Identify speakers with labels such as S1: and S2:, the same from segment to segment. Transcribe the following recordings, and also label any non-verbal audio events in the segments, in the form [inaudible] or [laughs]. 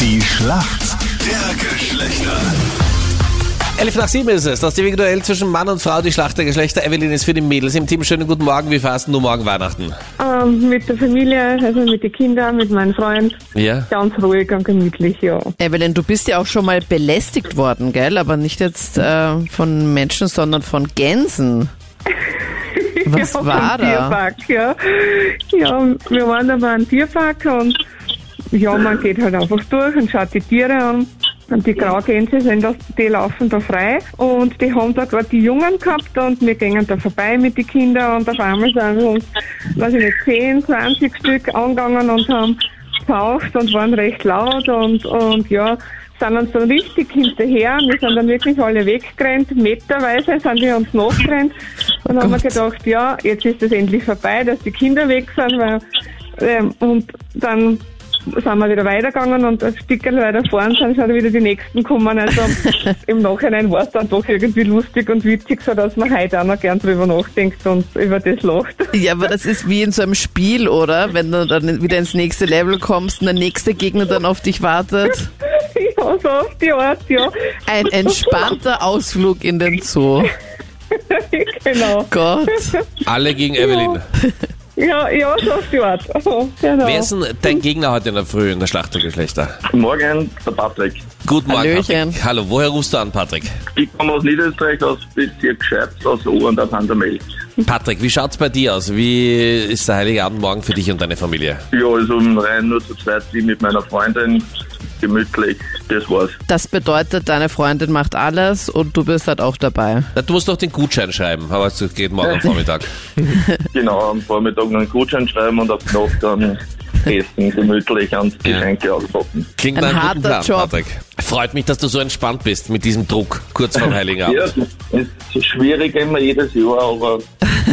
S1: Die Schlacht der Geschlechter.
S2: 11 nach 7 ist es. Das individuell zwischen Mann und Frau, die Schlacht der Geschlechter. Evelyn ist für die Mädels im Team. Schönen guten Morgen. Wie fasten du morgen Weihnachten?
S3: Ähm, mit der Familie, also mit den Kindern, mit meinem Freund.
S2: Ja.
S3: Ganz ruhig und gemütlich, ja.
S4: Evelyn, du bist ja auch schon mal belästigt worden, gell? Aber nicht jetzt äh, von Menschen, sondern von Gänsen.
S3: [laughs]
S4: Was
S3: ja,
S4: war
S3: vom
S4: da?
S3: Tierpark, ja. ja. Wir waren da mal im Tierpark und ja, man geht halt einfach durch und schaut die Tiere an. Und die Graugänse sind da, die laufen da frei und die haben da gerade die Jungen gehabt und wir gingen da vorbei mit den Kindern und auf einmal sind uns, weiß ich nicht, 10, 20 Stück angegangen und haben gepaucht und waren recht laut und, und ja, sind uns dann richtig hinterher. Wir sind dann wirklich alle weggerannt, meterweise sind die uns nachgerannt. Und
S4: Oh
S3: haben wir gedacht, ja, jetzt ist es endlich vorbei, dass die Kinder weg sind. Weil, ähm, und dann sind wir wieder weitergegangen und ein Stückchen weiter vorn sind schon wieder die Nächsten kommen. Also
S2: [laughs]
S3: im Nachhinein war es dann doch irgendwie lustig und witzig, sodass man heute auch noch gern drüber nachdenkt und über das lacht. [laughs]
S4: Ja, aber das ist wie in so einem Spiel, oder? Wenn du dann wieder ins nächste Level kommst und der nächste Gegner dann auf dich wartet.
S3: ja, so auf die Art, ja.
S4: Ein entspannter Ausflug in den Zoo.
S3: genau.
S4: Gott.
S2: Alle gegen Evelyn.
S3: Ja, ja, so auf die Art. [laughs] genau.
S2: Wer ist denn dein Gegner heute in der Früh in der Schlacht der Geschlechter?
S5: Guten Morgen, der Patrick.
S2: Guten Morgen,
S4: Hallöchen.
S2: Patrick. Hallo, woher rufst du an, Patrick?
S5: Ich komme aus Niederösterreich, aus Bezirk Scheibs, aus O und aus Andermel.
S2: Patrick, wie schaut's bei dir aus? Wie ist der Heilige Abend morgen für dich und deine Familie?
S5: Ja, also rein nur zu zweit, ich mit meiner Freundin, gemütlich, das war's.
S4: Das bedeutet, deine Freundin macht alles und du bist halt auch dabei.
S2: Na, du musst doch den Gutschein schreiben, aber es geht morgen am Vormittag.
S5: Genau, am Vormittag noch einen Gutschein schreiben und ab Nacht dann essen, gemütlich und Geschenke auspacken.
S2: Klingt
S4: Ein
S2: nach einem guten Plan,
S4: harter Job.
S2: Patrick. Freut mich, dass du so entspannt bist mit diesem Druck kurz vor dem
S4: [laughs]
S2: Heiligen Abend.
S5: Ja, es ist schwierig immer jedes Jahr, aber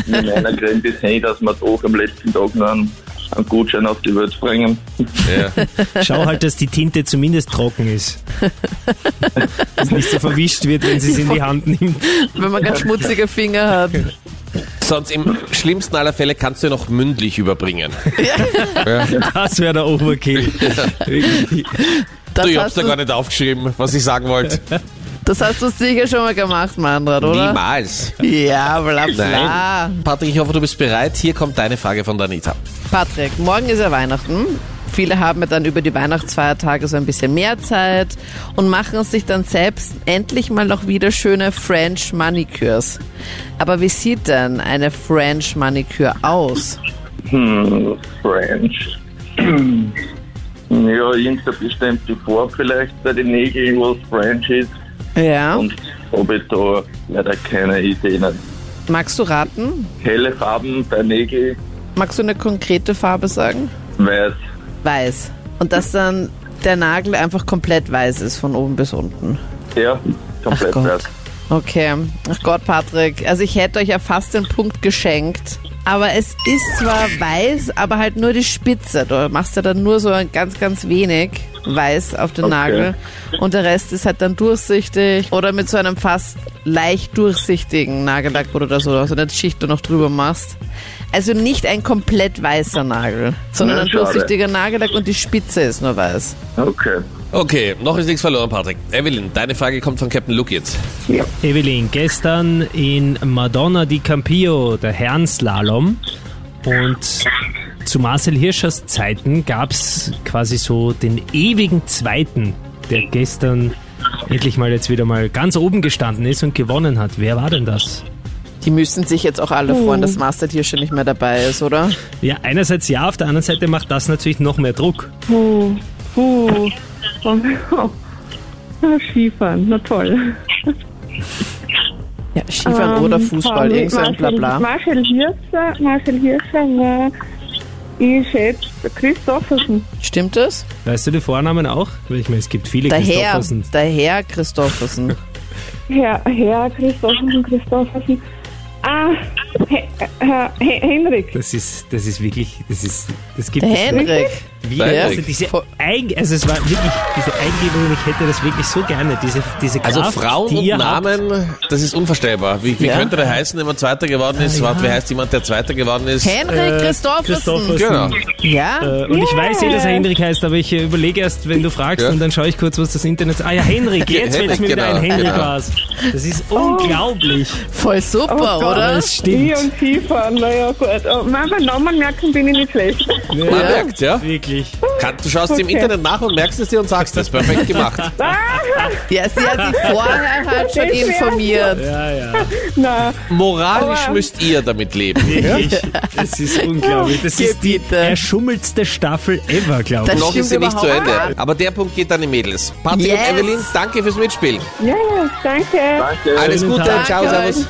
S5: mit meiner Grenze sehe ich, dass wir doch am letzten Tag noch einen, einen Gutschein auf die Welt bringen.
S2: Ja.
S6: Schau halt, dass die Tinte zumindest trocken ist. dass nicht so verwischt wird, wenn sie es in die Hand nimmt.
S4: Wenn man ganz schmutzige Finger hat.
S2: Sonst im schlimmsten aller Fälle kannst du noch mündlich überbringen.
S6: Das wäre der Overkill. Wirklich.
S4: Das,
S2: du, ich hab's
S4: Also hast
S2: da
S4: du,
S2: gar nicht aufgeschrieben, was ich sagen wollte.
S4: das hast du sicher schon mal gemacht, Manfred, [laughs] oder?
S2: Niemals.
S4: Ja, bla bla.
S2: Patrick, ich hoffe, du bist bereit. Hier kommt deine Frage von Danita.
S4: Patrick, morgen ist ja Weihnachten. Viele haben ja dann über die Weihnachtsfeiertage so ein bisschen mehr Zeit und machen sich dann selbst endlich mal noch wieder schöne French Manicures. Aber wie sieht denn eine French Manicure aus?
S5: Hm, French. [clears throat] Ja, irgendeine bestimmte Form vielleicht bei den Nägeln, was French ist.
S4: Ja.
S5: Und habe ich da leider keine Ideen.
S4: Magst du raten?
S5: Helle Farben bei Nägeln,
S4: Magst du eine konkrete Farbe sagen?
S5: weiß.
S4: Weiß. Und dass dann der Nagel einfach komplett weiß ist von oben bis unten.
S5: Ja, komplett
S4: Ach Gott.
S5: weiß.
S4: Okay. Ach Gott, Patrick. Also ich hätte euch ja fast den Punkt geschenkt. Aber es ist zwar weiß, aber halt nur die Spitze. Du machst ja dann nur so ein ganz, ganz wenig weiß auf den
S5: Okay.
S4: Nagel. Und der Rest ist halt dann durchsichtig. Oder mit so einem fast leicht durchsichtigen Nagellack, wo du da so, so eine Schicht noch drüber machst. Also nicht ein komplett weißer Nagel, sondern
S5: Na,
S4: ein
S5: schade.
S4: durchsichtiger Nagellack und die Spitze ist nur weiß.
S5: Okay.
S2: Okay, noch ist nichts verloren, Patrick. Evelyn, deine Frage kommt von Captain Luke jetzt.
S6: Evelyn, gestern in Madonna di Campio, der Herrenslalom, und zu Marcel Hirschers Zeiten gab es quasi so den ewigen Zweiten, der gestern endlich mal jetzt wieder mal ganz oben gestanden ist und gewonnen hat. Wer war denn das?
S4: Die müssen sich jetzt auch alle freuen, dass Master Tier schon nicht mehr dabei ist, oder?
S6: Ja, einerseits ja, auf der anderen Seite macht das natürlich noch mehr Druck.
S3: Puh, puh. [laughs] Oh, Skifahren, na toll.
S4: Ja, Skifahren
S3: Ähm,
S4: oder Fußball,
S3: Paul,
S4: irgend so ein Blabla.
S3: Marcel Hirscher, Marcel Hirscher war, ich schätze, Christoffersen.
S4: Stimmt es?
S6: Weißt du die Vornamen auch? Weil ich meine, es gibt viele
S4: Daher,
S6: Christophersen.
S4: daher Christoffersen.
S3: Herr, Herr Christoffersen, Christoffersen. Ah, He, Herr He, Henrik.
S6: Das ist, das ist wirklich, das ist, das gibt
S4: Der
S6: es nicht.
S4: Henrik.
S6: Wie
S2: Sehr
S6: also
S2: gut.
S6: diese
S4: Voll-
S6: Eing also es war wirklich diese Eingebung, ich hätte das wirklich so gerne, diese, diese Kraft,
S2: Also Frauen
S6: die
S2: und
S6: ihr habt.
S2: Namen, das ist unvorstellbar. Wie, wie
S4: Ja.
S2: könnte der heißen, wenn man Zweiter geworden ist? Warte, Wie heißt jemand, der Zweiter geworden ist?
S4: Henrik Christoffersen.
S2: Genau.
S4: Ja.
S6: Äh, und ich weiß eh, dass er Henrik heißt, aber ich äh, überlege erst, wenn du fragst,
S2: Ja.
S6: und dann schaue ich kurz, was das Internet... Ah ja,
S2: [laughs]
S6: Henrik, jetzt fällt es mir
S2: Henrik,
S6: wieder ein,
S2: genau,
S6: Henrik
S2: genau.
S6: war's. Das ist unglaublich.
S4: Voll super,
S3: Oh Gott.
S6: Aber
S4: oder?
S6: es
S3: Ich
S6: stimmt,
S3: und Skifahren, naja, gut. Oh, mein mein Namen merken bin ich nicht schlecht.
S2: Man merkt, ja.
S6: wirklich.
S2: Kann, du schaust im
S3: Okay.
S2: Internet nach und merkst es dir und sagst es.
S4: [laughs]
S2: Perfekt gemacht.
S3: Ah,
S4: Ja, sie
S3: [laughs]
S4: hat sich vorher halt schon
S3: Das wär-
S4: informiert.
S6: Ja, ja,
S3: Na,
S2: Moralisch
S3: Aber-
S2: müsst ihr damit leben.
S6: wirklich. Das ist unglaublich. Das ist die
S4: Gebiete.
S6: erschummelste Staffel ever, glaube
S4: Das
S6: ich.
S2: Noch ist sie
S4: stimmt
S2: nicht zu
S4: überhaupt
S2: Ende. Aber der Punkt geht an die Mädels. Patti
S4: Yes.
S2: und Evelyn, danke fürs Mitspielen.
S3: ja, danke.
S5: Danke.
S2: Alles
S6: Schönen
S2: Gute,
S6: Tag.
S2: ciao,
S4: Danke
S2: servus.
S4: euch.